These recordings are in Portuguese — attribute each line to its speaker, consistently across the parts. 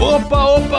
Speaker 1: Opa, opa,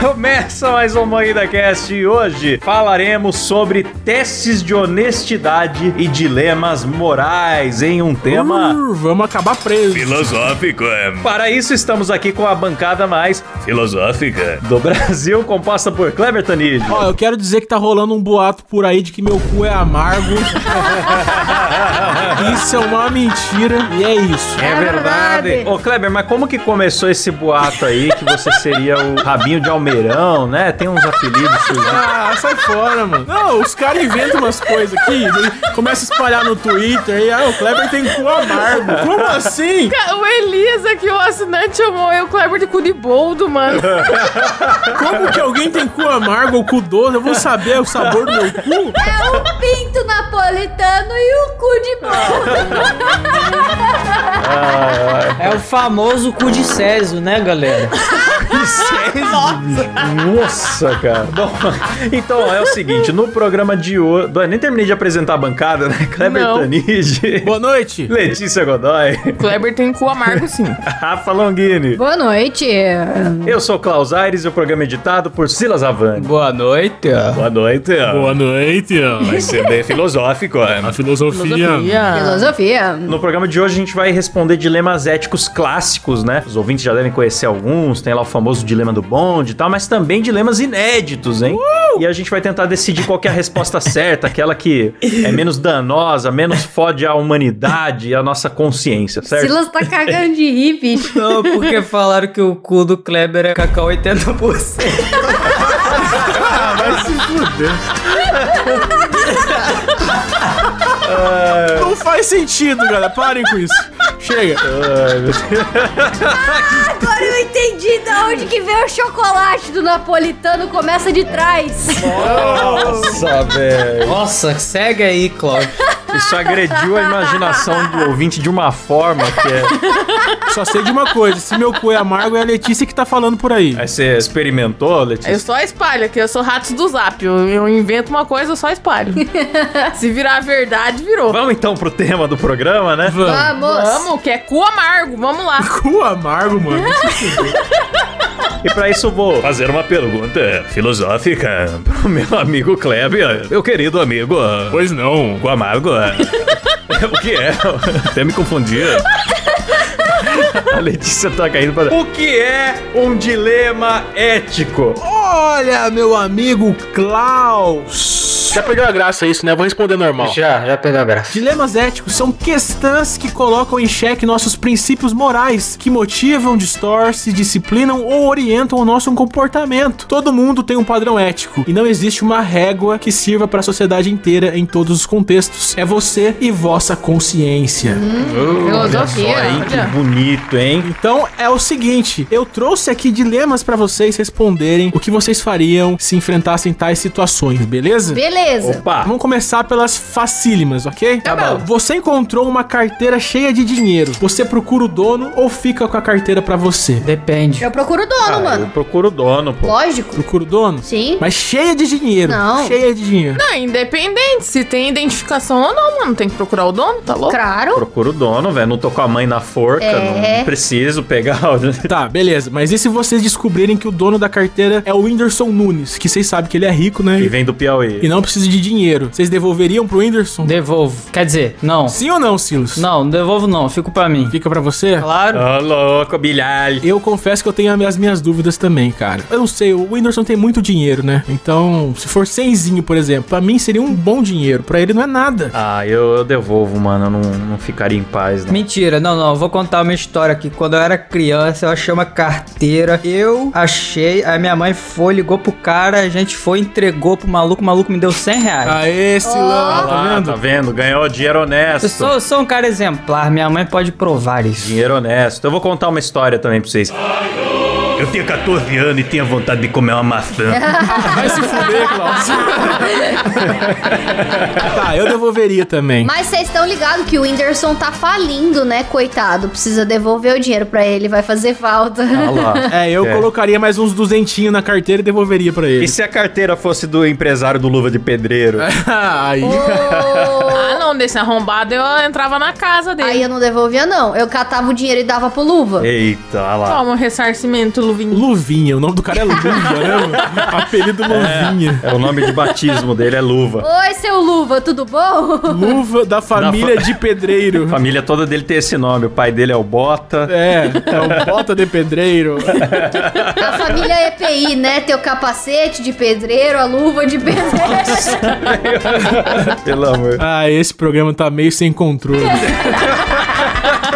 Speaker 1: Começa mais um Moída Cast e hoje falaremos sobre testes de honestidade e dilemas morais em um tema.
Speaker 2: Uh, vamos acabar preso.
Speaker 3: Filosófico, é.
Speaker 4: Uh!
Speaker 1: Para isso, estamos aqui com a bancada mais
Speaker 3: Filosófica.
Speaker 1: do Brasil, composta por Kleber Tanid.
Speaker 5: Ó, eu quero dizer que tá rolando um boato por aí de que meu cu é amargo. isso é uma mentira e é isso.
Speaker 4: É verdade.
Speaker 1: Ô, Kleber, mas como que começou esse boato aí que você seria o Rabinho de Almeirão, né? Tem uns apelidos surgindo.
Speaker 5: Ah, sai fora, mano. Não, os caras inventam umas coisas aqui, e começa a espalhar no Twitter e ah, o Kleber tem cu amargo. Como assim?
Speaker 6: O Elias aqui, o assinante, chamou eu, Kleber de cu de boldo, mano.
Speaker 5: Como que alguém tem cu amargo ou cu doce? Eu vou saber é o sabor do meu cu?
Speaker 4: É um pinto napolitano e um cu de bolo.
Speaker 7: É o famoso cu de Césio, né, galera?
Speaker 1: Nossa, cara. Bom, então ó, é o seguinte, no programa de hoje... Bom, eu Nem terminei de apresentar a bancada, né? Kleber
Speaker 6: Não.
Speaker 1: Tanid,
Speaker 5: Boa noite.
Speaker 1: Letícia Godoy,
Speaker 6: Kleber tem cu amargo, sim.
Speaker 1: Rafa Longini.
Speaker 4: Boa noite.
Speaker 1: Eu sou o Klaus Aires e o programa é editado por Silas Avani.
Speaker 7: Boa noite.
Speaker 3: Boa noite.
Speaker 8: Boa noite, ó.
Speaker 3: Vai ser bem filosófico, é.
Speaker 8: a filosofia.
Speaker 6: Filosofia.
Speaker 4: Filosofia.
Speaker 1: No programa de hoje a gente vai responder dilemas éticos clássicos, né? Os ouvintes já devem conhecer alguns, tem lá o famoso dilema do bonde e tal, mas também dilemas inéditos, hein? E a gente vai tentar decidir qual que é a resposta certa, aquela que é menos danosa, menos fode a humanidade e a nossa consciência, certo?
Speaker 4: Silas tá cagando de rir, bicho.
Speaker 7: Não, porque falaram que o cu do Kleber é cacau 80%.
Speaker 5: Não faz sentido, galera. Parem com isso. Chega.
Speaker 4: Agora eu entendi da onde que veio o chocolate do napolitano. Começa de trás.
Speaker 1: Nossa,
Speaker 7: É
Speaker 1: velho.
Speaker 7: Nossa, segue aí, Cláudio.
Speaker 1: é, Isso agrediu a imaginação do ouvinte de uma forma que é.
Speaker 5: Só sei de uma coisa: se meu cu é amargo, é a Letícia que tá falando por aí.
Speaker 1: Aí você experimentou, Letícia?
Speaker 6: Eu só espalho aqui, eu sou ratos do zap. Eu, eu invento uma coisa, eu só espalho. Se virar a verdade, virou.
Speaker 1: Vamos então pro tema do programa, né?
Speaker 4: Vamos.
Speaker 6: Vamos, que é cu amargo, vamos lá.
Speaker 5: Cu amargo, mano.
Speaker 1: E pra isso eu vou
Speaker 3: Fazer uma pergunta filosófica pro meu amigo Kleber. Meu querido amigo.
Speaker 8: Pois não.
Speaker 3: Com amargo. o que é? Até me confundi.
Speaker 1: A Letícia tá caindo pra. O que é um dilema ético?
Speaker 5: Olha, meu amigo Klaus!
Speaker 8: Já perdeu a graça isso, né? Vou responder normal.
Speaker 7: Já, já pegou a graça.
Speaker 5: Dilemas éticos são questões que colocam em xeque nossos princípios morais, que motivam, distorcem, disciplinam ou orientam o nosso comportamento. Todo mundo tem um padrão ético e não existe uma régua que sirva para a sociedade inteira em todos os contextos. É você e vossa consciência.
Speaker 6: Filosofia.
Speaker 1: Aí, que
Speaker 6: olha.
Speaker 1: bonito, hein?
Speaker 5: Então é o seguinte, eu trouxe aqui dilemas pra vocês responderem o que vocês fariam se enfrentassem tais situações, beleza? Tá,
Speaker 4: Beleza. Beleza.
Speaker 1: Opa!
Speaker 5: Vamos começar pelas facílimas, ok?
Speaker 6: Tá bom.
Speaker 5: Você encontrou uma carteira cheia de dinheiro. Você procura o dono ou fica com a carteira pra você?
Speaker 7: Depende.
Speaker 4: Eu procuro o dono,
Speaker 1: Ah, eu
Speaker 4: mano.
Speaker 1: procuro o dono, pô.
Speaker 4: Lógico.
Speaker 5: Procura o dono?
Speaker 4: Sim.
Speaker 5: Mas cheia de dinheiro.
Speaker 4: Não.
Speaker 5: Cheia de dinheiro.
Speaker 6: Não, independente se tem identificação ou não, mano. Tem que procurar o dono, tá louco?
Speaker 4: Claro.
Speaker 1: Procuro o dono, velho. Não tô com a mãe na forca,
Speaker 4: É.
Speaker 1: não preciso pegar. o-
Speaker 5: Tá, beleza. Mas e se vocês descobrirem que o dono da carteira é o Whindersson Nunes? Que vocês sabem que ele é rico, né?
Speaker 1: E vem do Piauí.
Speaker 5: E não precisa de dinheiro. Vocês devolveriam pro Whindersson?
Speaker 7: Devolvo. Quer dizer, não.
Speaker 5: Sim ou não, Silas?
Speaker 7: Não, não devolvo não. Fico pra mim.
Speaker 5: Fica pra você?
Speaker 7: Claro.
Speaker 1: Ô, louco, bilhar.
Speaker 5: Eu confesso que eu tenho as minhas dúvidas também, cara. Eu não sei, o Whindersson tem muito dinheiro, né? Então, se for cenzinho, por exemplo, pra mim seria um bom dinheiro. Pra ele não é nada.
Speaker 1: Ah, eu, eu devolvo, mano. Eu não, não ficaria em paz, não.
Speaker 7: Mentira, não, não. eu Vou contar uma história aqui. Quando eu era criança, eu achei uma carteira. Eu achei, a minha mãe foi, ligou pro cara, a gente foi, entregou pro maluco, o maluco me deu 100 reais.
Speaker 5: Aê, Silão,
Speaker 1: Tá
Speaker 5: tá
Speaker 1: lá,
Speaker 5: vendo?
Speaker 1: tá vendo? Ganhou dinheiro
Speaker 7: Eu
Speaker 1: honesto.
Speaker 7: sou, eu sou um cara exemplar, minha mãe pode provar isso.
Speaker 1: Dinheiro honesto. Eu vou contar uma história também pra vocês.
Speaker 3: Eu tinha 14 anos e tinha vontade de comer uma maçã.
Speaker 5: Vai se fuder, Klaus. tá, eu devolveria também.
Speaker 4: Mas vocês estão ligados que o Whindersson tá falindo, né? Coitado. Precisa devolver o dinheiro pra ele, vai fazer falta.
Speaker 1: Olha lá.
Speaker 5: É, eu
Speaker 1: É.
Speaker 5: colocaria mais uns duzentinhos na carteira e devolveria pra
Speaker 1: E
Speaker 5: ele.
Speaker 1: se a carteira fosse do empresário do Luva de Pedreiro?
Speaker 5: É. Aí.
Speaker 4: Ô,
Speaker 6: Ah, não, desse arrombado eu entrava na casa
Speaker 4: Aí
Speaker 6: dele.
Speaker 4: eu não devolvia, não. Eu catava o dinheiro e dava pro luva.
Speaker 1: É. Eita, olha lá.
Speaker 6: Toma um ressarcimento, Luvinho.
Speaker 5: Luvinha, o nome do cara é Luvinha, né? mano? Apelido Luvinha.
Speaker 1: É o nome de batismo dele, é Luva.
Speaker 4: Oi, seu luva, tudo bom?
Speaker 5: Luva da família de pedreiro.
Speaker 1: A família toda dele tem esse nome. O pai dele é o Bota.
Speaker 5: É, é o bota de pedreiro.
Speaker 4: A família EPI, né? Tem o capacete de pedreiro, a luva de pedreiro.
Speaker 5: É
Speaker 1: Pelo amor.
Speaker 5: Ah, esse programa tá meio sem controle.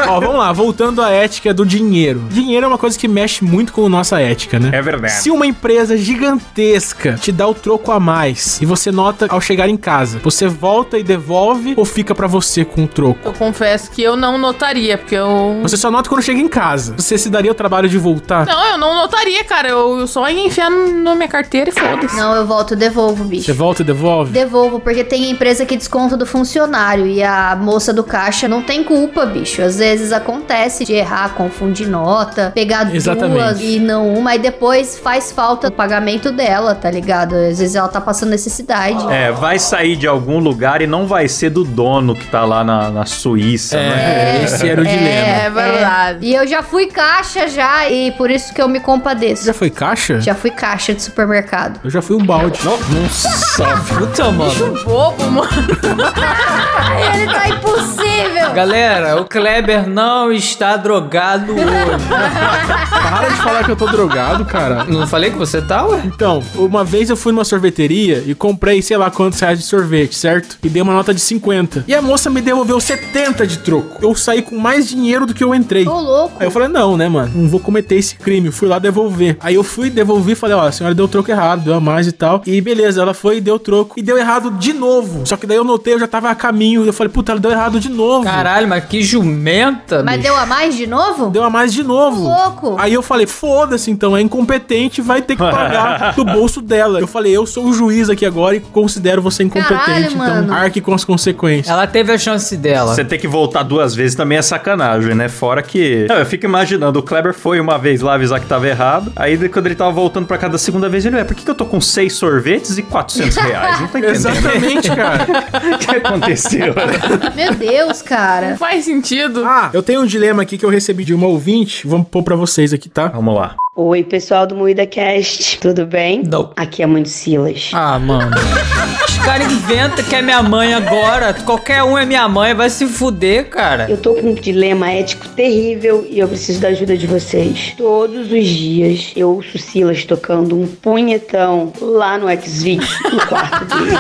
Speaker 5: Ó, vamos lá, voltando à ética do dinheiro. Dinheiro é uma coisa que mexe muito com a nossa ética, né?
Speaker 1: É verdade.
Speaker 5: Se uma empresa gigantesca te dá o troco a mais e você nota ao chegar em casa, você volta e devolve ou fica pra você com o troco?
Speaker 6: Eu confesso que eu não notaria, porque eu.
Speaker 5: Você só nota quando chega em casa. Você se daria o trabalho de voltar?
Speaker 6: Não, eu não notaria, cara. Eu, eu só ia enfiar no- na minha carteira e foda-se.
Speaker 4: Não, eu volto, devolvo,
Speaker 5: Você
Speaker 4: bicho.
Speaker 5: volta e devolve?
Speaker 4: Devolvo, porque tem empresa que desconta do funcionário e a moça do caixa não tem culpa, bicho. Às vezes acontece de errar, confundir nota, pegar duas
Speaker 5: Exatamente.
Speaker 4: e não uma, e depois faz falta o pagamento dela, tá ligado? Às vezes ela tá passando necessidade.
Speaker 1: É, vai sair de algum lugar e não vai ser do dono que tá lá na, na Suíça, né?
Speaker 5: É, esse era o dilema.
Speaker 6: É verdade.
Speaker 4: E eu já fui caixa já, e por isso que eu me
Speaker 5: Você
Speaker 4: compadeço.
Speaker 5: já foi caixa?
Speaker 4: Já fui caixa de supermercado.
Speaker 5: Eu já fui um balde.
Speaker 7: Nossa, puta, mano.
Speaker 6: Bobo, mano.
Speaker 4: Ele tá impossível!
Speaker 7: Galera, o Kleber não está drogado hoje.
Speaker 5: Para de falar que eu tô drogado, cara.
Speaker 7: Não falei que você tá, ué?
Speaker 5: Então, uma vez eu fui numa sorveteria e comprei sei lá quantos reais de sorvete, certo? E dei uma nota de 50. E a moça me devolveu 70 de troco. Eu saí com mais dinheiro do que eu entrei.
Speaker 4: Ô, louco.
Speaker 5: Aí eu falei, não, né, mano? Não vou cometer esse crime. Eu fui lá devolver. Aí eu fui, devolvi, falei, ó, a senhora deu troco errado, deu a mais e tal. E beleza, ela foi e deu troco. E deu errado de novo. Só que daí eu notei, eu já tava a caminho. Eu falei, puta, ela deu errado de novo.
Speaker 7: Caralho, mas que jumenta,
Speaker 4: Mas
Speaker 7: bicho.
Speaker 4: deu a mais de novo?
Speaker 5: Deu a mais de novo.
Speaker 4: Ô, louco.
Speaker 5: Aí eu falei, foda-se então, é incompetente, vai ter que pagar do bolso dela. Eu falei, eu sou o juiz aqui agora e considero você incompetente.
Speaker 4: Caralho,
Speaker 5: então
Speaker 4: mano.
Speaker 5: arque com as consequências.
Speaker 7: Ela teve a chance dela.
Speaker 1: Você ter que voltar duas vezes também é sacanagem, né? Fora que. Não, eu fico imaginando, o Kleber foi uma vez lá avisar que tava errado. Aí de- quando ele tava voltando pra cá da segunda vez, ele, ué, por que, que eu tô com seis sorvetes e 400 reais? Não tá entendendo
Speaker 5: Exatamente, cara.
Speaker 1: o que aconteceu, né?
Speaker 4: Meu Deus, cara.
Speaker 6: Não faz sentido.
Speaker 5: Ah, eu tenho um dilema aqui que eu recebi de uma ouvinte. Vamos pôr pra vocês aqui, tá?
Speaker 1: Vamos lá.
Speaker 9: Oi, pessoal do Moída Cast, tudo bem?
Speaker 7: Não.
Speaker 9: Aqui é Mãe do Silas.
Speaker 7: Ah, mano. Os caras inventam que é minha mãe agora. Qualquer um é minha mãe, vai se fuder, cara.
Speaker 9: Eu tô com um dilema ético terrível e eu preciso da ajuda de vocês. Todos os dias eu ouço o Silas tocando um punhetão lá no X-Videos, no quarto dele.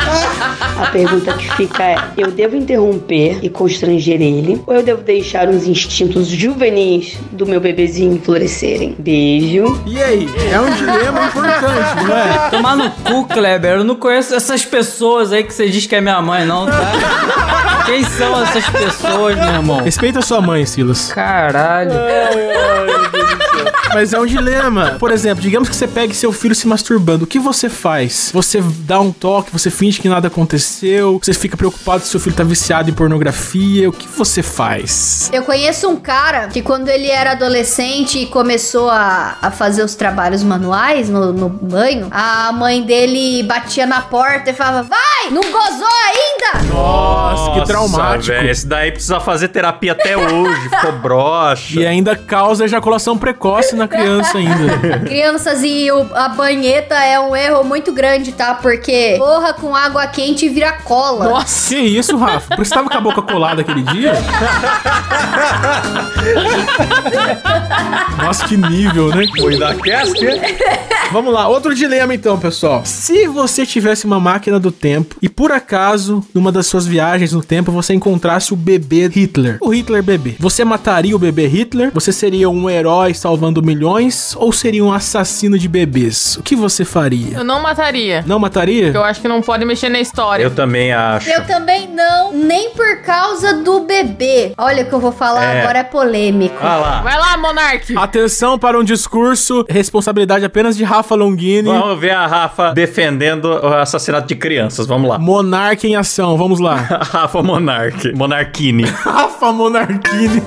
Speaker 9: A pergunta que fica é: eu devo interromper e constranger ele ou eu devo deixar os instintos juvenis do meu bebezinho florescerem? Beijo.
Speaker 5: E aí? É um dilema importante, não é?
Speaker 7: Tomar no cu, Kleber. Eu não conheço essas pessoas aí que você diz que é minha mãe, não, tá? Quem são essas pessoas, meu irmão?
Speaker 5: Respeita sua mãe, Silas.
Speaker 7: Caralho.
Speaker 5: Mas é um dilema. Por exemplo, digamos que você pegue seu filho se masturbando. O que você faz? Você dá um toque, você finge que nada aconteceu, você fica preocupado se seu filho tá viciado em pornografia. O que você faz?
Speaker 4: Eu conheço um cara que quando ele era adolescente e começou a, a fazer os trabalhos manuais no, no banho, a mãe dele batia na porta e falava, vai, não gozou ainda?
Speaker 5: Nossa, que traumático.
Speaker 1: velho, esse daí precisa fazer terapia até hoje. Ficou broxa.
Speaker 5: E é- ainda causa ejaculação precoce na criança ainda.
Speaker 4: Crianças e o- a banheta é um erro muito grande, tá? Porque borra com água quente e vira cola.
Speaker 5: que isso, Rafa? Por isso tava com a boca colada aquele dia? Nossa, que nível, né?
Speaker 1: da Casper.
Speaker 5: Vamos lá, outro dilema então, pessoal. Se você tivesse uma máquina do tempo e por acaso, numa das suas viagens no tempo, você encontrasse o bebê Hitler, o Hitler bebê, você mataria o bebê Hitler? Você seria um herói salvando milhões ou seria um assassino de bebês? O que você faria?
Speaker 6: Eu não mataria.
Speaker 5: Não mataria?
Speaker 6: Porque eu acho que não pode mexer na história.
Speaker 1: Eu também acho.
Speaker 4: Eu também não, nem por causa do bebê. Olha, o que eu vou falar
Speaker 1: É.
Speaker 4: agora é polêmico.
Speaker 1: Olha lá.
Speaker 6: Vai lá, Monark.
Speaker 5: Atenção para um discurso, responsabilidade apenas de Rafa Longini.
Speaker 1: Vamos ver a Rafa defendendo o assassinato de crianças. Vamos lá.
Speaker 5: Monarca em ação, vamos lá.
Speaker 1: Rafa Monarque. Monarquine.
Speaker 5: Rafa Monarquini.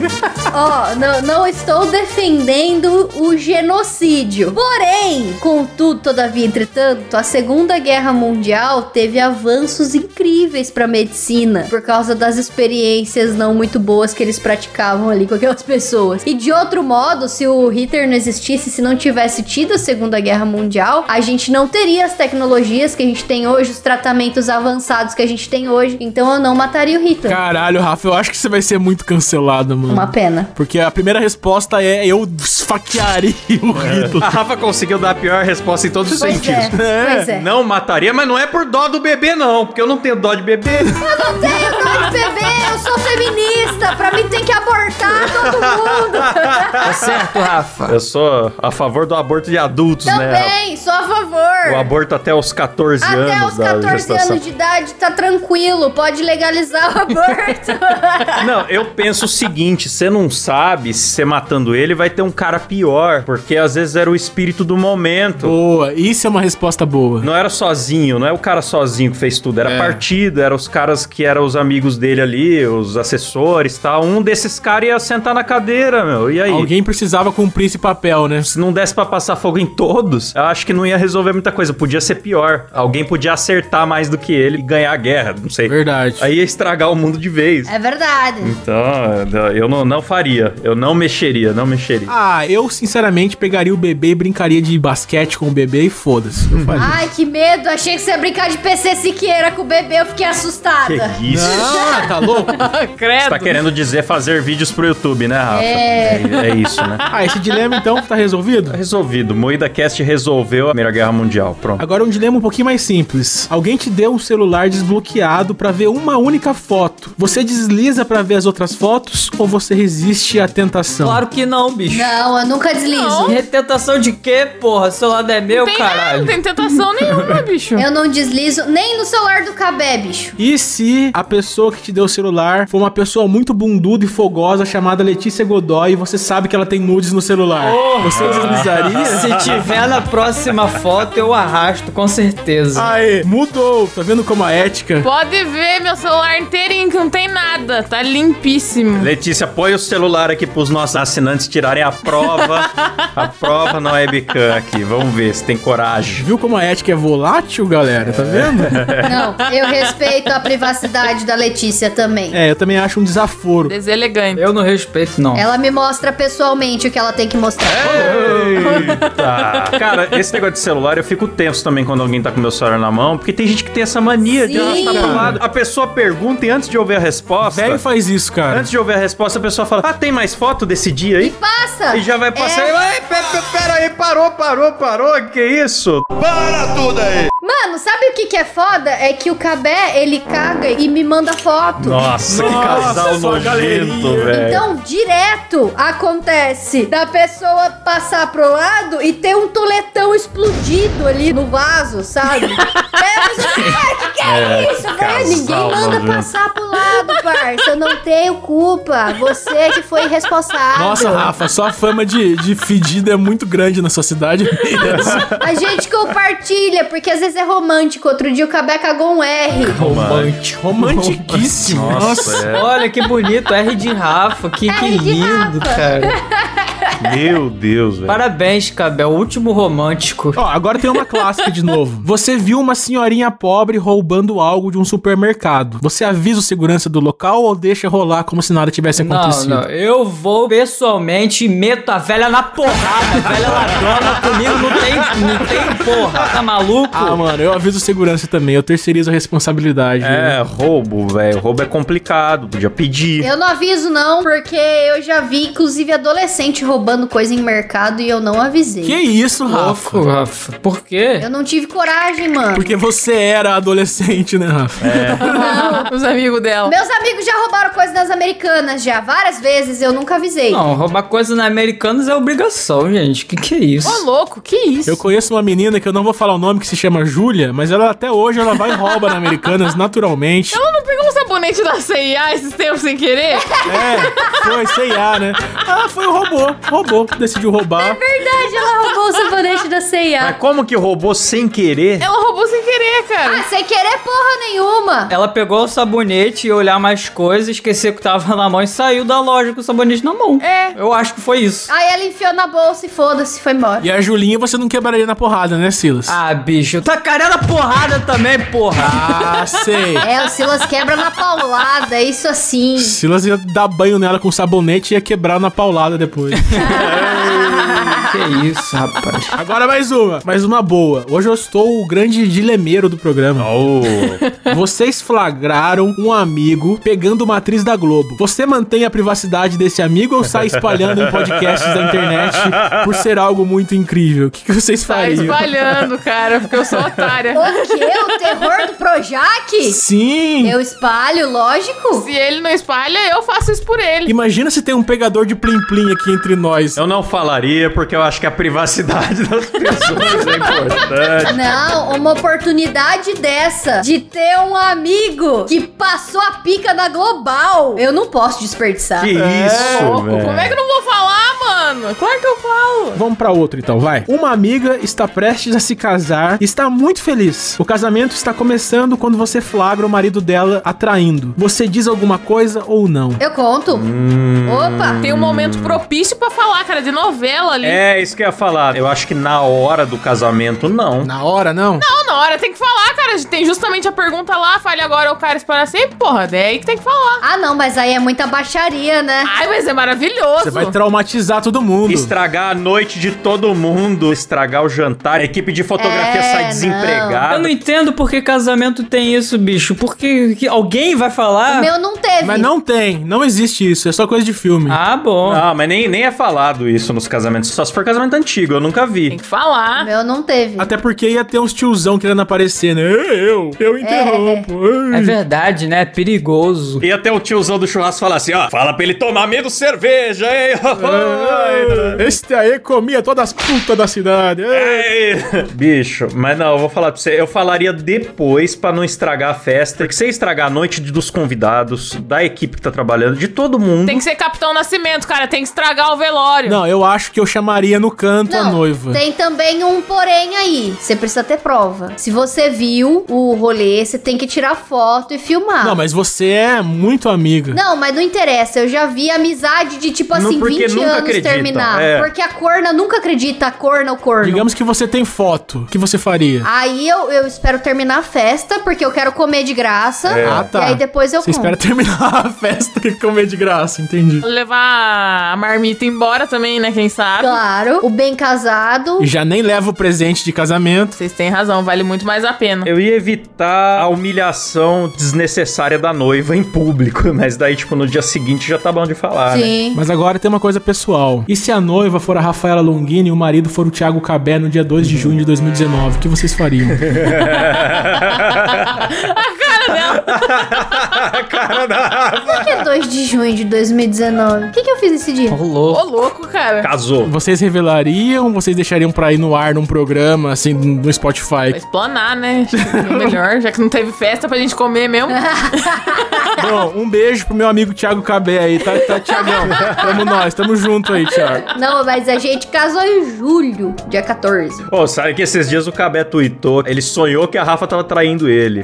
Speaker 4: Ó, não, não estou defendendo o genocídio. Porém, contudo, todavia, entretanto, a Segunda Guerra Mundial teve avanços incríveis pra medicina por causa das experiências não muito boas que eles praticavam ali com aquelas pessoas. E de outro modo, se o Hitler não existisse, se não tivesse tido a Segunda Guerra Mundial, a gente não teria as tecnologias que a gente tem hoje, os tratamentos avançados que a gente tem hoje. Então eu não mataria o Hitler.
Speaker 5: Caralho, Rafa, eu acho que você vai ser muito cancelado, mano.
Speaker 4: Uma pena.
Speaker 5: Porque a primeira resposta é eu esfaquearia o
Speaker 1: É.
Speaker 5: Hitler.
Speaker 1: A Rafa conseguiu dar a pior resposta em todos os
Speaker 4: Pois
Speaker 1: sentidos.
Speaker 4: é, pois é.
Speaker 1: Não mataria, mas não é por dó do bebê, não. Porque eu não tenho dó de bebê.
Speaker 4: não tenho nome bebê, eu sou feminista, pra mim tem que abortar todo mundo.
Speaker 7: Tá certo, Rafa?
Speaker 1: Eu sou a favor do aborto de adultos, né? Rafa?
Speaker 4: Também, sou a
Speaker 1: O
Speaker 4: favor.
Speaker 1: aborto até os 14
Speaker 4: Até
Speaker 1: anos
Speaker 4: os
Speaker 1: da
Speaker 4: 14
Speaker 1: gestação.
Speaker 4: anos de idade tá tranquilo, pode legalizar o aborto.
Speaker 1: Não, eu penso o seguinte: você não sabe se você matando ele vai ter um cara pior, porque às vezes era o espírito do momento.
Speaker 5: Boa, isso é uma resposta boa.
Speaker 1: Não era sozinho, não é o cara sozinho que fez tudo, era
Speaker 5: É.
Speaker 1: partida, eram os caras que eram os amigos dele ali, os assessores e tal. Um desses caras ia sentar na cadeira, meu. E aí?
Speaker 5: Alguém precisava cumprir esse papel, né?
Speaker 1: Se não desse pra passar fogo em todos, eu acho que não ia resolver muita coisa. Podia ser pior. Alguém podia acertar mais do que ele e ganhar a guerra, não sei.
Speaker 5: Verdade.
Speaker 1: Aí ia estragar o mundo de vez.
Speaker 4: É verdade.
Speaker 1: Então, eu não, não faria. Eu não mexeria, não mexeria.
Speaker 5: Ah, eu sinceramente pegaria o bebê e brincaria de basquete com o bebê e foda-se. Eu faria.
Speaker 4: Ai, que medo, achei que você ia brincar de PC Siqueira com o bebê, eu fiquei assustada.
Speaker 1: que isso?
Speaker 5: Ah, tá louco?
Speaker 1: Você
Speaker 6: Credo.
Speaker 1: tá querendo dizer fazer vídeos pro YouTube, né, Rafa?
Speaker 4: É.
Speaker 1: É, é isso, né?
Speaker 5: Ah, esse dilema então tá resolvido?
Speaker 1: Tá Resolvido. Moída Cast resolveu a Primeira Guerra Mundial. Pronto.
Speaker 5: Agora um dilema um pouquinho mais simples. Alguém te deu um celular desbloqueado pra ver uma única foto. Você desliza pra ver as outras fotos ou você resiste à tentação?
Speaker 7: Claro que não, bicho.
Speaker 4: Não, eu nunca deslizo.
Speaker 7: Retentação de quê, porra? O celular é
Speaker 6: Não
Speaker 7: meu,
Speaker 6: tem nada, não
Speaker 7: caralho.
Speaker 6: tem tentação nenhuma, bicho.
Speaker 4: Eu não deslizo nem no celular do Cabé, bicho.
Speaker 5: E se a pessoa que te deu o celular for uma pessoa muito bunduda e fogosa chamada Letícia Godoy e você sabe que ela tem nudes no celular? Você é um deslizaria?
Speaker 7: Se tiver na próxima foto, eu arrasto, com certeza.
Speaker 5: Aê, mudou. Tá vendo como a ética?
Speaker 6: Pode ver meu celular inteirinho que não tem nada. Tá limpíssimo.
Speaker 1: Letícia, põe o celular aqui pros nossos assinantes tirarem a prova. a prova na webcam aqui. Vamos ver se tem coragem.
Speaker 5: Viu como a ética é volátil, galera? Tá
Speaker 1: É.
Speaker 5: vendo?
Speaker 4: Não, eu respeito a privacidade da Letícia também.
Speaker 5: É, eu também acho um desaforo.
Speaker 6: Deselegante.
Speaker 7: Eu não respeito, não.
Speaker 4: Ela me mostra pessoalmente o que ela tem que mostrar.
Speaker 1: É. Eita! Cara, esse negócio de celular eu fico tenso também quando alguém tá com meu celular na mão, porque tem gente que tem essa mania de
Speaker 4: Sim.
Speaker 1: arrastar pro lado. A pessoa pergunta e antes de ouvir a resposta.
Speaker 5: Velho faz isso, cara.
Speaker 1: Antes de ouvir a resposta, a pessoa fala: Ah, tem mais foto desse dia aí?
Speaker 4: Passa!
Speaker 1: E já vai passar.
Speaker 4: É.
Speaker 1: é Ai, pe- pe- Pera aí, parou, parou, parou. Que isso?
Speaker 4: Mano, sabe o que que é foda? É que o Cabé, ele caga e me manda foto.
Speaker 1: Nossa, é que casal nojento, velho.
Speaker 4: Então, direto acontece da pessoa passar pro lado e ter um toletão explodido ali no vaso, sabe? É, Aí a pessoa, "Ai, que que é,
Speaker 1: É,
Speaker 4: isso, velho? Ninguém
Speaker 1: casal
Speaker 4: manda
Speaker 1: nojento.
Speaker 4: passar pro lado, parça. Eu não tenho culpa. Você que foi responsável.
Speaker 5: Nossa, Rafa, sua fama de, de fedida é muito grande na sua cidade mesmo.
Speaker 4: A gente compartilha, porque às vezes é romântico. Outro dia o Cabé cagou um R.
Speaker 7: Romântico.
Speaker 5: Romantiquíssimo.
Speaker 1: Nossa, é.
Speaker 7: Olha que bonito, R de Rafa, que, que
Speaker 4: R de
Speaker 7: lindo,
Speaker 4: Rafa.
Speaker 7: cara.
Speaker 1: Meu Deus, velho.
Speaker 7: Parabéns, Cabel, último romântico.
Speaker 5: Ó, agora tem uma clássica de novo. Você viu uma senhorinha pobre roubando algo de um supermercado. Você avisa o segurança do local ou deixa rolar como se nada tivesse
Speaker 7: Não,
Speaker 5: acontecido?
Speaker 7: não, eu vou pessoalmente e meto a velha na porrada, a velha ladrona comigo, não tem, não tem porra, tá maluco?
Speaker 5: Ah, mano, eu aviso o segurança também, eu terceirizo a responsabilidade. né?
Speaker 1: É, roubo, velho. Roubo é complicado. Podia pedir.
Speaker 4: Eu não aviso, não, porque eu já vi, inclusive, adolescente roubando coisa em mercado e eu não avisei.
Speaker 5: Que isso, Rafa?
Speaker 7: Louco, Rafa, por quê?
Speaker 4: Eu não tive coragem, mano.
Speaker 5: Porque você era adolescente, né, Rafa?
Speaker 7: É.
Speaker 6: Os amigos dela.
Speaker 4: Meus amigos já roubaram coisa das americanas já várias vezes, eu nunca avisei.
Speaker 7: Não, roubar coisa na Americanos é obrigação, gente, que que é
Speaker 6: Ô,
Speaker 7: isso?
Speaker 6: louco, que isso?
Speaker 5: Eu conheço uma menina que eu não vou falar o nome, que se chama Júlia, mas ela até hoje ela vai e rouba na Americanas naturalmente.
Speaker 6: Ela não pegou um sabonete da CIA esses tempos sem querer?
Speaker 5: É, foi, sei lá, né? Ah, foi o robô. Roubou, decidiu roubar.
Speaker 4: Verdade, ela roubou o sabonete da
Speaker 1: Mas
Speaker 4: ceia.
Speaker 1: como que roubou sem querer?
Speaker 6: Ela roubou sem querer, cara.
Speaker 4: Ah, sem querer porra nenhuma.
Speaker 7: Ela pegou o sabonete e olhar mais coisas, esqueceu que tava na mão e saiu da loja com o sabonete na mão.
Speaker 6: É.
Speaker 7: Eu acho que foi isso.
Speaker 4: Aí ela enfiou na bolsa e foda-se, foi embora.
Speaker 5: E a Julinha você não quebraria na porrada, né, Silas?
Speaker 7: Ah, bicho, tá carela porrada também, porra.
Speaker 5: Ah, sei.
Speaker 4: É, o Silas quebra na paulada, isso assim.
Speaker 5: Silas ia dar banho nela com sabonete e ia quebrar na paulada depois.
Speaker 7: que isso, rapaz.
Speaker 5: Agora mais uma, mais uma boa. Hoje eu estou o grande dilemeiro do programa.
Speaker 1: Oh,
Speaker 5: Vocês flagraram um amigo pegando uma atriz da Globo. Você mantém a privacidade desse amigo ou sai espalhando em podcasts da internet por ser algo muito incrível? O que, que vocês
Speaker 6: Tá
Speaker 5: fariam?
Speaker 6: espalhando, cara, porque eu sou otária.
Speaker 4: O quê? O terror do Projac?
Speaker 5: Sim!
Speaker 4: Eu espalho, lógico.
Speaker 6: Se ele não espalha, eu faço isso por ele.
Speaker 5: Imagina se tem um pegador de plim-plim aqui entre nós.
Speaker 1: eu não falaria porque eu acho que a privacidade das pessoas é importante.
Speaker 4: Não, uma oportunidade dessa de ter um amigo que passou a pica da Global. Eu não posso desperdiçar.
Speaker 1: Que
Speaker 6: Louco,
Speaker 1: isso,
Speaker 6: Como é que
Speaker 1: velho.
Speaker 6: eu não vou falar, mano? Claro que eu falo.
Speaker 5: Vamos pra outra então, vai. Uma amiga está prestes a se casar e está muito feliz. O casamento está começando quando você flagra o marido dela atraindo. Você diz alguma coisa ou não?
Speaker 4: Eu conto.
Speaker 1: Hum.
Speaker 4: Opa,
Speaker 6: Tem um momento propício pra falar, cara, de novela ali.
Speaker 1: É isso que eu ia falar. Eu acho que na hora do casamento, não.
Speaker 5: Na hora, não?
Speaker 6: Não, na hora tem que falar, cara. Tem justamente a pergunta lá, fale agora o cara espalha sempre. Porra, é aí que tem que falar.
Speaker 4: Ah, não, mas aí é muita baixaria, né?
Speaker 6: Ai, mas é maravilhoso.
Speaker 5: Você vai traumatizar todo mundo.
Speaker 1: Estragar a noite de todo mundo, estragar o jantar, a equipe de fotografia
Speaker 4: É,
Speaker 1: sai
Speaker 4: não.
Speaker 7: Eu não
Speaker 1: desempregada.
Speaker 7: entendo por que casamento tem isso, bicho. Porque que alguém vai
Speaker 4: O
Speaker 7: falar?
Speaker 4: meu não teve.
Speaker 5: Mas não tem, não existe isso, é só coisa de filme.
Speaker 7: Ah, bom.
Speaker 1: Ah, mas nem, nem é falado isso nos casamentos. Só se for casamento antigo, eu nunca
Speaker 6: Tem
Speaker 1: vi.
Speaker 6: que
Speaker 4: O
Speaker 6: falar.
Speaker 4: meu não teve.
Speaker 5: Até porque ia ter uns tiozão querendo aparecer, né? Ei, Eu, eu interrompo.
Speaker 7: É
Speaker 5: ei.
Speaker 7: verdade, né? É perigoso.
Speaker 1: E até o tiozão do churrasco falar assim, ó, fala pra ele tomar menos cerveja, hein?
Speaker 4: Ah.
Speaker 5: Este aí comia todas as putas da cidade. ei.
Speaker 1: Ei, Bicho, mas não, eu vou falar pra você. Eu falaria depois pra não estragar a festa. Porque você estragar a noite de- dos convidados, da equipe que tá trabalhando, de todo mundo.
Speaker 6: Tem que ser Capitão Nascimento, cara. Tem que estragar o velório.
Speaker 5: Não, eu acho que eu chamaria no canto a
Speaker 4: Não,
Speaker 5: noiva.
Speaker 4: Tem também um porém aí. Você precisa ter prova. Se você viu o rolê, você tem que tirar foto e filmar.
Speaker 5: Não, mas você é muito amiga.
Speaker 4: Não, mas não interessa. Eu já vi amizade de tipo
Speaker 1: Não,
Speaker 4: assim,
Speaker 1: porque
Speaker 4: 20
Speaker 1: nunca
Speaker 4: anos
Speaker 1: acredita,
Speaker 4: terminar.
Speaker 1: é.
Speaker 4: Porque a corna nunca acredita, a corna ou corno.
Speaker 5: Digamos que você tem foto. O que você faria?
Speaker 4: Aí eu, eu espero terminar a festa, porque eu quero comer de graça. E aí depois eu
Speaker 5: Você
Speaker 4: conto.
Speaker 5: espera terminar a festa e comer de graça, entendi.
Speaker 6: Levar a marmita embora também, né? Quem sabe?
Speaker 4: Claro, o bem casado.
Speaker 5: E já nem leva o presente de casamento.
Speaker 6: Vocês têm razão, vai vale muito mais a pena.
Speaker 1: Eu ia evitar a humilhação desnecessária da noiva em público, mas daí, tipo, no dia seguinte já tá bom de falar, né?
Speaker 4: Sim.
Speaker 5: Mas agora tem uma coisa pessoal. E se a noiva for a Rafaela Longini e o marido for o Thiago Cabé no dia 2 de junho de 2019, o que vocês fariam?
Speaker 6: a cara dela.
Speaker 4: Por que 2 de junho de 2019? O que, que eu fiz esse dia?
Speaker 6: Ô,
Speaker 7: Rolou.
Speaker 6: louco, cara.
Speaker 1: Casou.
Speaker 5: vocês revelariam? Vocês deixariam pra ir no ar num programa, assim, no
Speaker 6: Vai
Speaker 1: É
Speaker 5: Spotify?
Speaker 6: explanar, né? Acho que é melhor, já que não teve festa pra gente comer mesmo.
Speaker 5: Bom, um beijo pro meu amigo Thiago Cabé aí, tá, tá Thiagão? Tamo nós, tamo junto aí, Thiago.
Speaker 4: Não, mas a gente casou em julho, dia 14.
Speaker 1: Pô, sabe que esses dias o Cabé tweetou, ele sonhou que a Rafa tava traindo ele.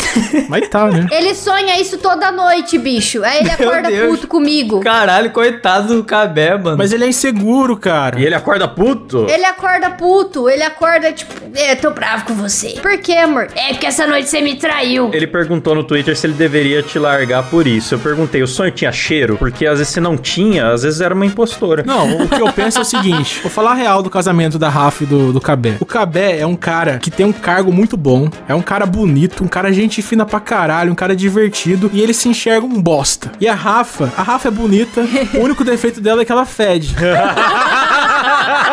Speaker 5: Mas tá, né?
Speaker 4: Ele sonha isso toda noite, bicho. Aí ele acorda
Speaker 7: Deus.
Speaker 4: puto comigo.
Speaker 7: Caralho, coitado do Cabé, mano.
Speaker 5: Mas ele é inseguro, cara.
Speaker 1: E ele acorda puto?
Speaker 4: Ele acorda puto, ele acorda tipo, é, tô bravo com você. Por quê, amor? É porque essa noite você me traiu.
Speaker 1: Ele perguntou no Twitter se ele deveria te largar por isso. Eu perguntei, o sonho tinha cheiro? Porque às vezes se não tinha, às vezes era uma impostora.
Speaker 5: Não, o que eu penso é o seguinte: vou falar a real do casamento da Rafa e do, do Cabé. O Cabé é um cara que tem um cargo muito bom, é um cara bonito, um cara gente fina pra caralho, um cara divertido e ele se enxerga um bosta. E a Rafa, a Rafa é bonita, o único defeito dela é que ela fede.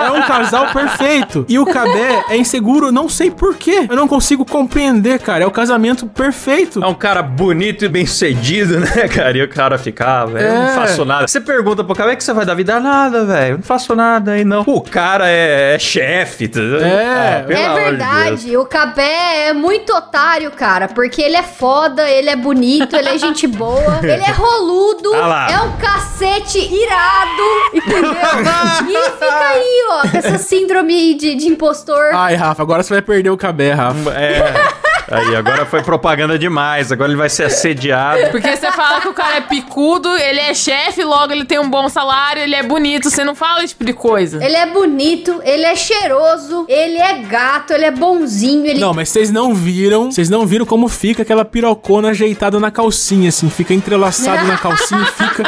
Speaker 5: É um casal perfeito. E o Cabé é inseguro, não sei porquê. Eu não consigo compreender, cara. É o casamento perfeito.
Speaker 1: É um cara bonito e bem sucedido, né, cara? E o cara fica, ah, velho, eu não
Speaker 5: É.
Speaker 1: faço nada. Você pergunta pro cara, "Como é que você vai dar vida? Ah, Nada, velho, eu não faço nada aí, não. O cara é, é chefe, tá?
Speaker 5: É.
Speaker 1: pelo
Speaker 4: é
Speaker 1: amor de Deus.
Speaker 4: verdade, o Cabé é muito otário, cara, porque ele é foda, ele é bonito, ele é gente boa, ele é roludo,
Speaker 1: Ah lá.
Speaker 4: é um cacete irado, entendeu? e fica aí, ó, com essa síndrome aí de, de impostor.
Speaker 1: Ah.
Speaker 5: Ai, Rafa, agora você vai perder o Cabé, Rafa.
Speaker 1: É. Aí, agora foi propaganda demais, agora ele vai ser assediado.
Speaker 6: Porque você fala que o cara é picudo, ele é chefe, logo ele tem um bom salário, ele é bonito. Você não fala esse tipo de coisa.
Speaker 4: Ele é bonito, ele é cheiroso, ele é gato, ele é bonzinho, ele
Speaker 5: Não, mas vocês não viram, vocês não viram como fica aquela pirocona ajeitada na calcinha, assim, fica entrelaçado na calcinha, e fica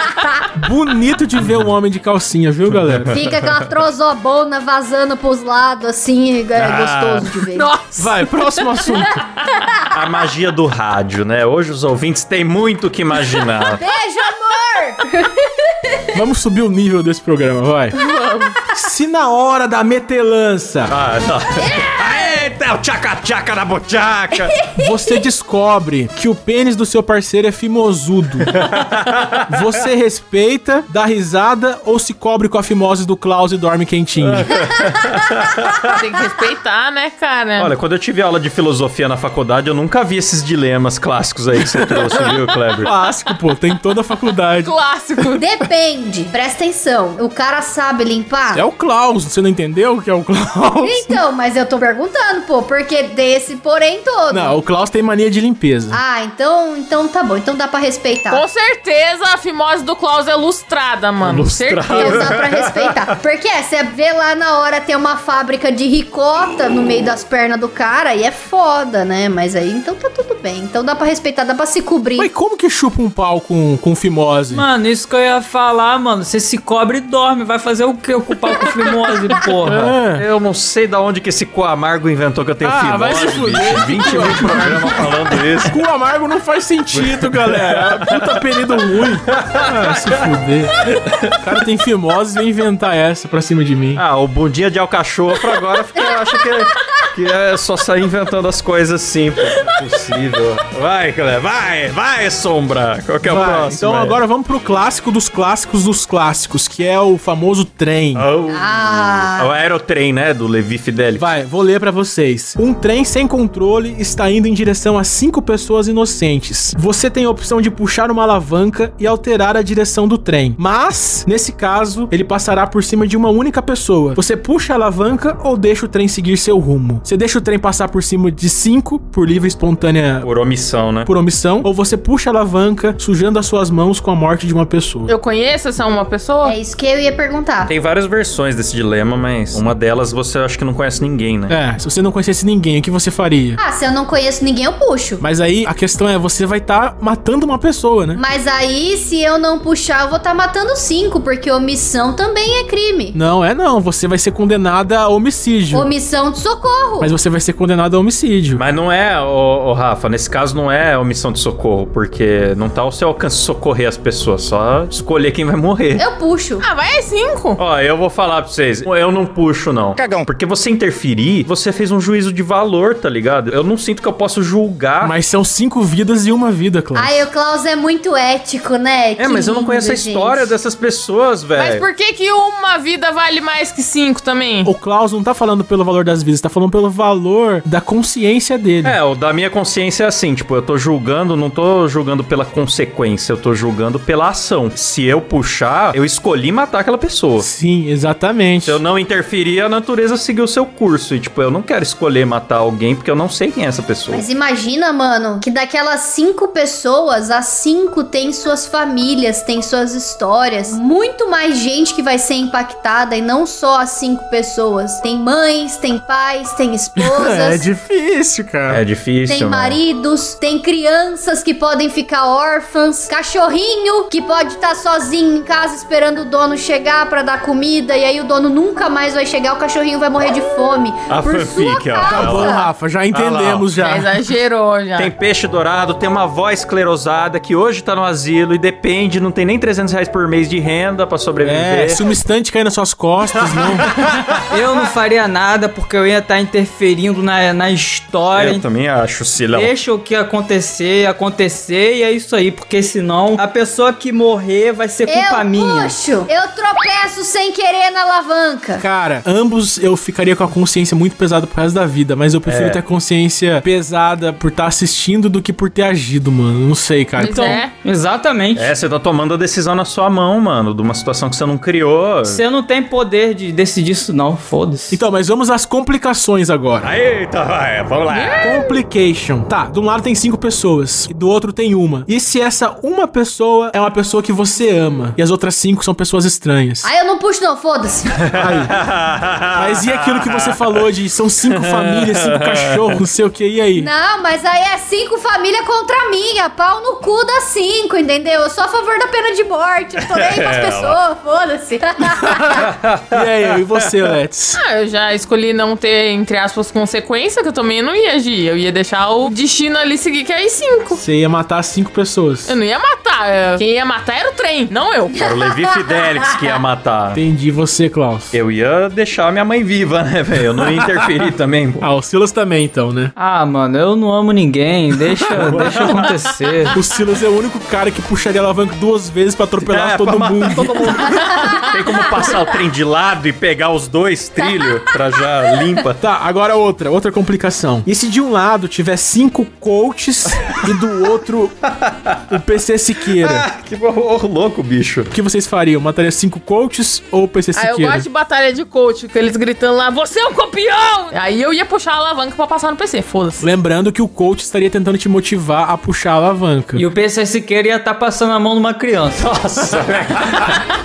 Speaker 5: bonito de ver um homem de calcinha, viu, galera?
Speaker 4: fica aquela trozobona vazando pros lados, assim, é
Speaker 1: Ah.
Speaker 4: gostoso de ver.
Speaker 6: Nossa!
Speaker 5: Vai, próximo assunto.
Speaker 1: A magia do rádio, né? Hoje os ouvintes têm muito o que imaginar.
Speaker 4: Beijo, amor!
Speaker 5: Vamos subir o nível desse programa, vai. Se na hora da metelança
Speaker 1: Ah, não. Eita, o tchaca-tchaca na bochaca.
Speaker 5: você descobre que o pênis do seu parceiro é fimosudo, você respeita, dá risada ou se cobre com a fimose do Klaus e dorme quentinho?
Speaker 6: Tem que respeitar, né, cara?
Speaker 1: Olha, quando eu tive aula de filosofia na faculdade, eu nunca vi esses dilemas clássicos aí que você trouxe, viu, Kleber?
Speaker 5: Clássico, pô, tem toda a faculdade.
Speaker 6: Clássico.
Speaker 4: Depende, presta atenção. O cara sabe limpar?
Speaker 5: É o Klaus, você não entendeu o que é o Klaus?
Speaker 4: Então, mas eu tô perguntando, pô, porque desse porém todo.
Speaker 5: Não, o Klaus tem mania de limpeza.
Speaker 4: Ah, então, então tá bom, então dá pra respeitar.
Speaker 6: Com certeza a fimose do Klaus é lustrada, mano.
Speaker 1: Lustrada.
Speaker 4: Então
Speaker 6: Certeza.
Speaker 4: dá pra respeitar. Porque é, você vê lá na hora tem uma fábrica de ricota no meio das pernas do cara e é foda, né? Mas aí então tá tudo bem. Então dá pra respeitar, dá pra se cobrir.
Speaker 5: Mas como que chupa um pau com, com fimose?
Speaker 7: Mano, isso que eu ia falar, mano. Você se cobre e dorme. Vai fazer o que ocupar com fimose, porra?
Speaker 5: É.
Speaker 1: Eu não sei da onde que esse cu amargo inventou que eu tenho
Speaker 5: Ah,
Speaker 1: fimose,
Speaker 5: vai se fuder.
Speaker 1: bicho. 28 programas falando isso.
Speaker 5: Cu amargo não faz sentido, galera. Puta apelido ruim. Ah, se fuder. O cara tem fimose e vem inventar essa pra cima de mim.
Speaker 1: Ah, o bundinha de alcachofra agora fica, acha que, que é só sair inventando as coisas assim, pô. Impossível. Vai, Kleber, vai, vai, Sombra. Qual que é o
Speaker 5: Vai,
Speaker 1: próximo?
Speaker 5: então
Speaker 1: aí?
Speaker 5: agora vamos pro clássico dos clássicos dos clássicos, que é o famoso trem.
Speaker 1: Oh.
Speaker 4: Ah,
Speaker 1: O aerotrem, né? Do Levi Fidelix.
Speaker 5: Vai, vou ler pra vocês. Um trem sem controle está indo em direção a cinco pessoas inocentes. Você tem a opção de puxar uma alavanca e alterar a direção do trem. Mas, nesse caso, ele passará por cima de uma única pessoa. Você puxa a alavanca ou deixa o trem seguir seu rumo. Você deixa o trem passar por cima de cinco por livre e espontânea
Speaker 1: Por omissão, né?
Speaker 5: por omissão, ou você puxa a alavanca sujando as suas mãos com a morte de uma pessoa.
Speaker 6: Eu conheço essa uma pessoa?
Speaker 4: é isso que eu ia perguntar.
Speaker 1: Tem várias versões desse dilema, mas uma delas você acho que não conhece ninguém, né?
Speaker 5: É, se você não conhecesse ninguém, o que você faria?
Speaker 4: Ah, se eu não conheço ninguém, eu puxo.
Speaker 5: Mas aí a questão é, você vai estar matando uma pessoa, né?
Speaker 4: Mas aí, se eu não puxar, eu vou tá matando cinco, porque omissão também é crime.
Speaker 5: Não, é não. Você vai ser condenada a homicídio.
Speaker 4: Omissão de socorro. socorro!
Speaker 5: Mas você vai ser condenado a homicídio.
Speaker 1: Mas não é, ô, ô, Rafa, nesse caso não é omissão de socorro, porque não tá ao seu alcance socorrer as pessoas, só escolher quem vai morrer.
Speaker 4: Eu puxo.
Speaker 6: Ah, vai é cinco.
Speaker 1: Ó, eu vou falar pra vocês, eu não puxo, não.
Speaker 10: Cagão.
Speaker 1: Porque você interferir, você fez um juízo de valor, tá ligado? Eu não sinto que eu posso julgar.
Speaker 5: Mas são cinco vidas e uma vida, Klaus.
Speaker 4: Ai, o Klaus é muito ético, né?
Speaker 1: É, mas eu não conheço a história dessas pessoas,
Speaker 6: Mas
Speaker 1: velho.
Speaker 6: por que que uma vida vale mais que cinco também?
Speaker 5: O Klaus não tá falando pelo valor das vidas, tá falando pelo valor da consciência dele.
Speaker 1: É, o da minha consciência é assim, tipo, eu tô julgando, não tô julgando pela consequência, eu tô julgando pela ação. Se eu puxar, eu escolhi matar aquela pessoa.
Speaker 5: Sim, exatamente.
Speaker 1: Se eu não interferir, a natureza seguiu o seu curso. E, tipo, eu não quero escolher matar alguém porque eu não sei quem é essa pessoa.
Speaker 4: Mas imagina, mano, que daquelas cinco pessoas, as cinco têm suas famílias, têm suas histórias. Muito mais gente que vai ser impactada e não só as cinco pessoas. Tem mães, tem pais, tem
Speaker 5: É
Speaker 4: esposas.
Speaker 5: difícil, cara.
Speaker 1: É difícil.
Speaker 4: Tem
Speaker 1: mano.
Speaker 4: maridos, tem crianças que podem ficar órfãs, cachorrinho que pode estar sozinho em casa esperando o dono chegar pra dar comida e aí o dono nunca mais vai chegar, o cachorrinho vai morrer de fome.
Speaker 3: A
Speaker 4: por sua
Speaker 3: fanfic, ó.
Speaker 4: causa.
Speaker 3: Acabou,
Speaker 5: Tá Rafa, já entendemos já.
Speaker 6: Já exagerou, já.
Speaker 1: Tem peixe dourado, tem uma avó esclerosada que hoje tá no asilo e depende, não tem nem 300 reais por mês de renda pra
Speaker 5: É,
Speaker 1: sobreviver.
Speaker 5: se uma estante cair nas suas costas, não.
Speaker 7: Eu não faria nada porque eu ia estar interferindo na, na história.
Speaker 1: eu também acho, Silão.
Speaker 7: Deixa o que acontecer, acontecer e é isso aí, porque senão a pessoa que morrer vai ser culpa
Speaker 4: eu
Speaker 7: minha.
Speaker 4: puxo, eu tropeço sem querer na alavanca.
Speaker 5: Cara, ambos eu ficaria com a consciência muito pesada por causa da vida, mas eu prefiro ter a consciência pesada por estar assistindo do que por ter agido, mano. Não sei, cara. Então,
Speaker 1: então,
Speaker 6: Pois é.
Speaker 7: Exatamente.
Speaker 1: É, você tá tomando a decisão na sua mão, mano, de uma situação que você não criou.
Speaker 7: Você não tem poder de decidir isso, não. Foda-se.
Speaker 5: Então, mas vamos às complicações agora.
Speaker 3: Eita, vai, vamos lá.
Speaker 5: Complication. Tá, de um lado tem cinco pessoas e do outro tem uma. E se essa uma pessoa é uma pessoa que você ama e as outras cinco são pessoas estranhas?
Speaker 4: Aí eu não puxo não, foda-se.
Speaker 5: Mas e aquilo que você falou de são cinco famílias, cinco cachorros, não sei o que, e aí?
Speaker 4: Não, mas aí é cinco família contra a minha. Pau no cu das cinco, entendeu? Eu sou a favor da pena de morte. Eu tô nem aí pras
Speaker 3: É,
Speaker 4: pessoas, foda-se.
Speaker 5: E aí, e você, Let's?
Speaker 6: Ah, eu já escolhi não ter, entre aspas, consequência, que eu também não ia agir. Eu ia deixar o destino ali seguir, que é aí cinco.
Speaker 5: Você ia matar cinco pessoas.
Speaker 6: Eu não ia matar. eu- Quem ia matar era o trem, não eu.
Speaker 1: Era o Levi Fidelix que ia matar.
Speaker 5: Entendi você, Klaus.
Speaker 1: Eu ia deixar minha mãe viva, né, velho? Eu não ia interferir também, pô.
Speaker 5: Ah, o Silas também, então, né?
Speaker 7: Ah, mano, eu não amo ninguém. Deixa, deixa acontecer.
Speaker 5: O Silas é o único cara que puxaria a alavanca duas vezes pra atropelar
Speaker 1: É,
Speaker 5: todo
Speaker 1: pra matar
Speaker 5: mundo.
Speaker 1: Tem como passar o trem de lado e pegar os dois trilhos pra já limpa?
Speaker 5: Tá, agora outra, outra complicação. E se de um lado tiver cinco coaches e do outro o PC Siqueira?
Speaker 1: Que horror louco, bicho.
Speaker 5: O que vocês fariam? Mataria cinco coaches ou o PC
Speaker 6: Ah, eu
Speaker 5: Siqueira?
Speaker 6: gosto de batalha de coach, com eles gritando lá, você é um copião! Aí eu ia puxar a alavanca pra passar no PC, foda-se.
Speaker 5: Lembrando que o coach estaria tentando te motivar a puxar a alavanca.
Speaker 7: E o PC Siqueira ia estar passando a mão numa criança.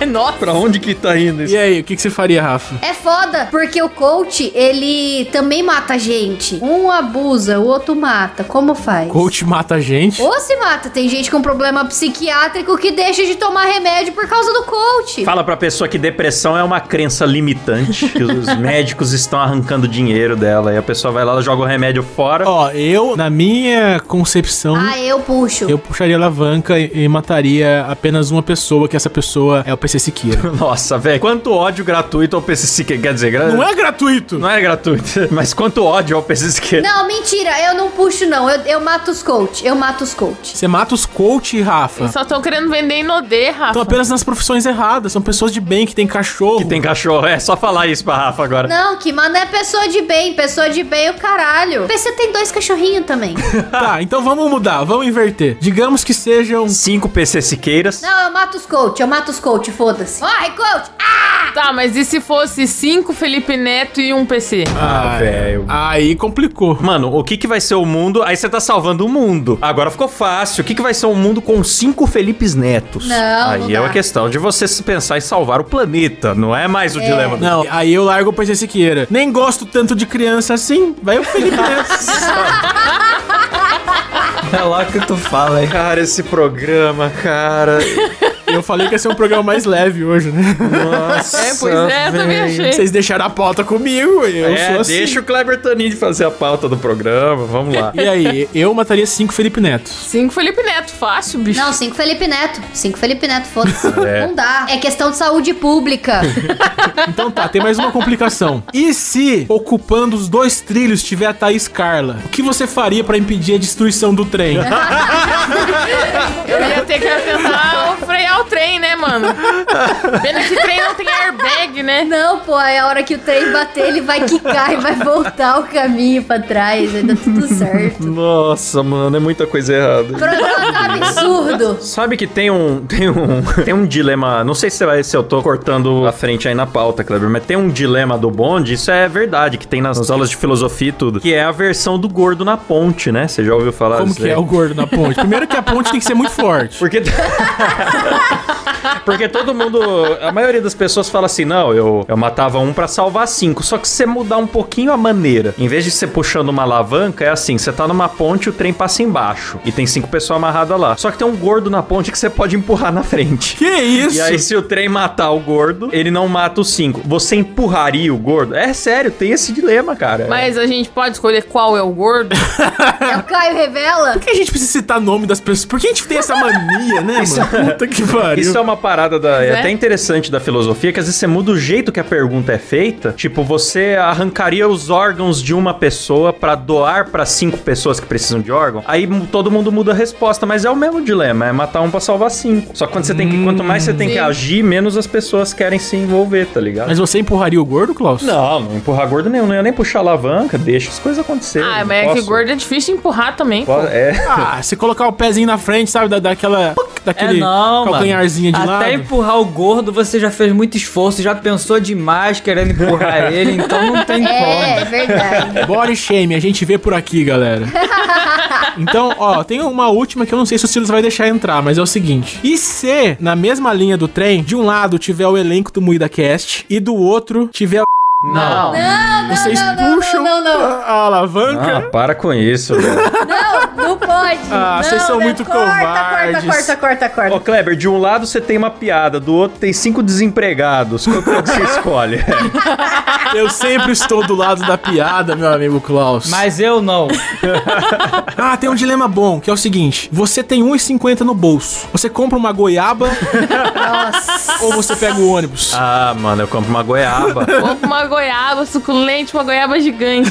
Speaker 6: Nossa,
Speaker 1: Pra onde que tá indo isso?
Speaker 5: E aí, o que, que você faria, Rafa?
Speaker 4: É foda, porque o coach, ele também mata gente. Um abusa, o outro mata. Como faz?
Speaker 5: Coach mata a gente?
Speaker 4: Ou se mata. Tem gente com problema psiquiátrico que deixa de tomar remédio por causa do coach.
Speaker 1: Fala pra pessoa que depressão é uma crença limitante, que os médicos estão arrancando dinheiro dela. E a pessoa vai lá, ela joga o remédio fora.
Speaker 5: Ó, eu, na minha concepção,
Speaker 4: Ah, eu puxo.
Speaker 5: um. eu puxaria a alavanca e, e mataria apenas uma pessoa, que essa pessoa é o PC Siqueira.
Speaker 1: Oh, Nossa, velho, quanto ódio gratuito ao PCC que quer dizer? gra-
Speaker 5: Não é gratuito!
Speaker 1: Não é gratuito, mas quanto ódio ao PCC que
Speaker 4: Não, mentira, eu não puxo, não. Eu, eu mato os coach. Eu mato os coach.
Speaker 5: Você mata os coach, Rafa.
Speaker 6: eles só estão querendo vender Inodê,
Speaker 5: Estão
Speaker 6: Rafa.
Speaker 5: apenas nas profissões erradas. São pessoas de bem que tem cachorro.
Speaker 1: que tem cachorro. É só falar isso pra Rafa agora.
Speaker 4: Não, que mano é pessoa de bem. Pessoa de bem é o caralho. PC tem dois cachorrinhos também.
Speaker 5: Tá, então vamos mudar, vamos inverter. Digamos que sejam.
Speaker 1: Cinco PC Siqueiras.
Speaker 4: não, eu mato os coach. Eu mato os coach, foda-se. Morre, coach! Ah,
Speaker 6: Tá, mas e se fosse cinco Felipe Neto e um PC?
Speaker 4: é.
Speaker 1: Ah, velho.
Speaker 5: Aí complicou.
Speaker 1: Mano, o que que vai ser o mundo? Aí você tá salvando o mundo. Agora ficou fácil. O que que vai ser o mundo com cinco Felipes Netos?
Speaker 4: Não,
Speaker 1: Aí
Speaker 4: não
Speaker 1: é
Speaker 4: dá.
Speaker 1: uma questão de você se pensar em salvar o planeta. Não é mais o dilema.
Speaker 5: Não, aí eu largo o PC Siqueira. Nem gosto tanto de criança assim. Vai o Felipe Neto.
Speaker 7: É lá que tu fala, hein?
Speaker 1: Cara, esse programa, cara.
Speaker 5: Eu falei que ia ser um programa mais leve hoje, né?
Speaker 1: Nossa.
Speaker 6: É, pois é, eu também achei.
Speaker 5: Vocês deixaram a pauta comigo, eu
Speaker 1: É,
Speaker 5: sou assim.
Speaker 1: deixa o Kleber Tanini fazer a pauta do programa, vamos lá.
Speaker 5: E aí, eu mataria cinco Felipe Neto.
Speaker 6: Cinco Felipe Neto, fácil, bicho.
Speaker 4: Não, cinco Felipe Neto. Cinco Felipe Neto, foda-se.
Speaker 1: É.
Speaker 4: Não dá. É questão de saúde pública.
Speaker 5: Então tá, tem mais uma complicação. E se, ocupando os dois trilhos, tiver a Thaís Carla? O que você faria pra impedir a destruição do trem?
Speaker 6: Eu ia ter que tentar frear o trem, né, mano? Pena que trem não tem airbag, né?
Speaker 4: Não, pô, é a hora que o trem bater, ele vai quicar e vai voltar o caminho pra trás. Vai dar tudo certo.
Speaker 1: Nossa, mano, é muita coisa errada.
Speaker 4: Programa do absurdo.
Speaker 1: Sabe que tem um, tem um, tem um dilema, não sei se, vai, se eu tô cortando a frente aí na pauta, Kleber, mas tem um dilema do bonde, isso é verdade, que tem nas, nas aulas de filosofia e tudo, que é a versão do gordo na ponte, né? Você já ouviu falar
Speaker 5: Como
Speaker 1: disso
Speaker 5: que
Speaker 1: aí?
Speaker 5: é o gordo na ponte? Primeiro que a ponte tem que ser muito forte.
Speaker 1: Porque... Porque todo mundo, a maioria das pessoas fala assim, não, eu, eu matava um pra salvar cinco. Só que se você mudar um pouquinho a maneira, em vez de você puxando uma alavanca, é assim, você tá numa ponte, o trem passa embaixo e tem cinco pessoas amarradas lá. Só que tem um gordo na ponte que você pode empurrar na frente.
Speaker 5: Que isso?
Speaker 1: E aí, se o trem matar o gordo, ele não mata os cinco. Você empurraria o gordo? É sério, tem esse dilema, cara.
Speaker 6: Mas a gente pode escolher qual é o gordo.
Speaker 4: É o Caio Revela.
Speaker 5: Por que a gente precisa citar nome das pessoas? Por que a gente tem essa mania, né, mano? Puta que pariu.
Speaker 1: Isso é uma parada da, é
Speaker 6: Né?
Speaker 1: até interessante da filosofia, que às vezes você muda o jeito que a pergunta é feita. Tipo, você arrancaria os órgãos de uma pessoa pra doar pra cinco pessoas que precisam de órgão. Aí mu- todo mundo muda a resposta, mas é o mesmo dilema, é matar um pra salvar cinco. Só que quando você tem que, quanto mais você tem que
Speaker 6: Hum, Sim.
Speaker 1: agir, menos as pessoas querem se envolver, tá ligado?
Speaker 5: Mas você empurraria o gordo, Klaus?
Speaker 1: Não, não empurrar gordo nenhum, não ia nem puxar alavanca, deixa as coisas acontecerem.
Speaker 6: Ah,
Speaker 1: não
Speaker 6: mas é que
Speaker 1: posso-
Speaker 6: gordo é difícil de empurrar também.
Speaker 1: posso- é.
Speaker 5: Ah, se colocar o pezinho na frente, sabe? Da, daquela. Daquele
Speaker 7: é não, mano.
Speaker 5: calcanharzinho de
Speaker 7: Até
Speaker 5: lado.
Speaker 7: empurrar o gordo, você já fez muito esforço, já pensou demais querendo empurrar ele, então não tem
Speaker 4: É, é
Speaker 7: como.
Speaker 4: verdade.
Speaker 5: Body shame, a gente vê por aqui, galera. Então, ó, tem uma última que eu não sei se o Silas vai deixar entrar, mas é o seguinte. E se, na mesma linha do trem, de um lado tiver o elenco do Moída Cast e do outro tiver o...
Speaker 6: Não.
Speaker 5: Vocês
Speaker 4: não, não,
Speaker 5: puxam
Speaker 4: não, não, não.
Speaker 5: A, a alavanca...
Speaker 1: Ah, para com isso, velho.
Speaker 4: Não, não pode.
Speaker 5: Ah,
Speaker 4: não,
Speaker 5: vocês são
Speaker 4: não,
Speaker 5: muito
Speaker 4: corta,
Speaker 5: covardes.
Speaker 4: Corta, corta, corta, corta,
Speaker 1: Ô, Kleber, de um lado você tem uma piada, do outro tem cinco desempregados. Qual que é o que você escolhe?
Speaker 5: Eu sempre estou do lado da piada, meu amigo Klaus.
Speaker 7: Mas eu não.
Speaker 5: Ah, tem um dilema bom, que é o seguinte. Você tem 1,50 no bolso. Você compra uma goiaba
Speaker 4: Nossa.
Speaker 5: ou você pega o ônibus?
Speaker 1: ah, mano, eu compro uma goiaba.
Speaker 6: Ou com uma goiaba suculente, uma goiaba gigante.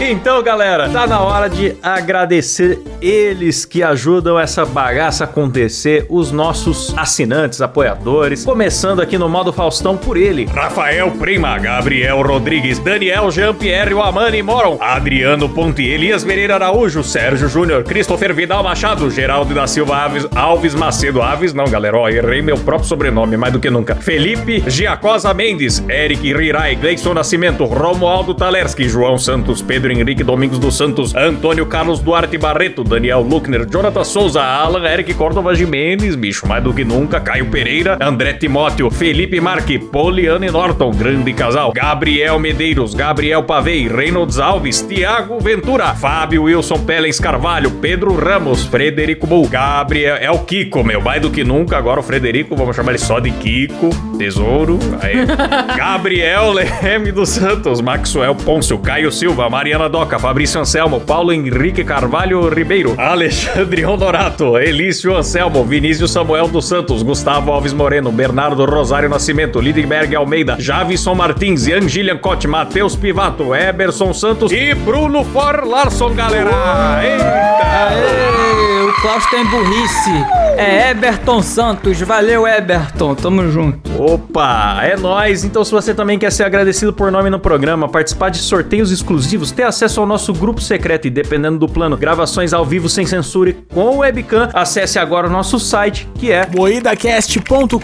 Speaker 1: Então, galera, tá na hora de agradecer eles que ajudam essa bagaça acontecer, os nossos assinantes, apoiadores. Começando aqui no modo Faustão por ele.
Speaker 3: Rafael Prima, Gabriel Rodrigues, Daniel Jean-Pierre Amani Moron, Adriano Ponte, Elias Pereira Araújo, Sérgio Júnior, Christopher Vidal Machado, Geraldo da Silva Aves, Alves Macedo Aves, não galera, ó, errei meu próprio sobrenome, mais do que nunca. Felipe Giacosa Mendes, Eric Rirai, Gleison Nascimento, Romualdo Talerski, João Santos, Pedro Henrique Domingos dos Santos, Antônio Carlos Duarte Barreto, Daniel Luckner, Jonathan Souza, Alan Eric Córdova Jimenez, bicho, mais do que nunca, Caio Pereira, André Timóteo, Felipe Marque, Poliane Norton, grande casal, Gabriel Medeiros, Gabriel Pavei, Reynolds Alves, Tiago Ventura, Fábio Wilson Pellens Carvalho, Pedro Ramos, Frederico Bull, Gabriel, é o Kiko, meu, mais do que nunca, agora o Frederico, vamos chamar ele só de Kiko, tesouro, aí, Gabriel Leme dos Santos, Maxwell Pôncio, Caio Silva, Mariana Doca, Fabrício Anselmo, Paulo Henrique Carvalho Ribeiro, Alexandre Honorato, Elício Anselmo, Vinícius Samuel dos Santos, Gustavo Alves Moreno, Bernardo Rosário Nascimento, Lidberg Almeida, Javison Martins, Ian Gillian Cote, Matheus Pivato, Eberson Santos e Bruno For Larson, galera! Eita!
Speaker 7: Aê, o Klaus tem burrice. É Eberton Santos. Valeu, Eberton. Tamo junto.
Speaker 1: Opa, é nóis! Então, se você também quer ser agradecido por nome no programa, participar de sorteios exclusivos, ter acesso ao nosso grupo secreto e, dependendo do plano, gravações ao vivo sem censura e com webcam, acesse agora o nosso site, que é
Speaker 5: Moidacast.com.br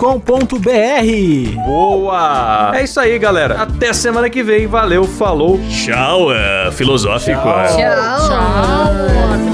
Speaker 1: boa! É isso aí, galera. Até semana que vem. Valeu, falou!
Speaker 3: Tchau, é, filosófico. é.
Speaker 4: Tchau.
Speaker 6: Tchau, mano.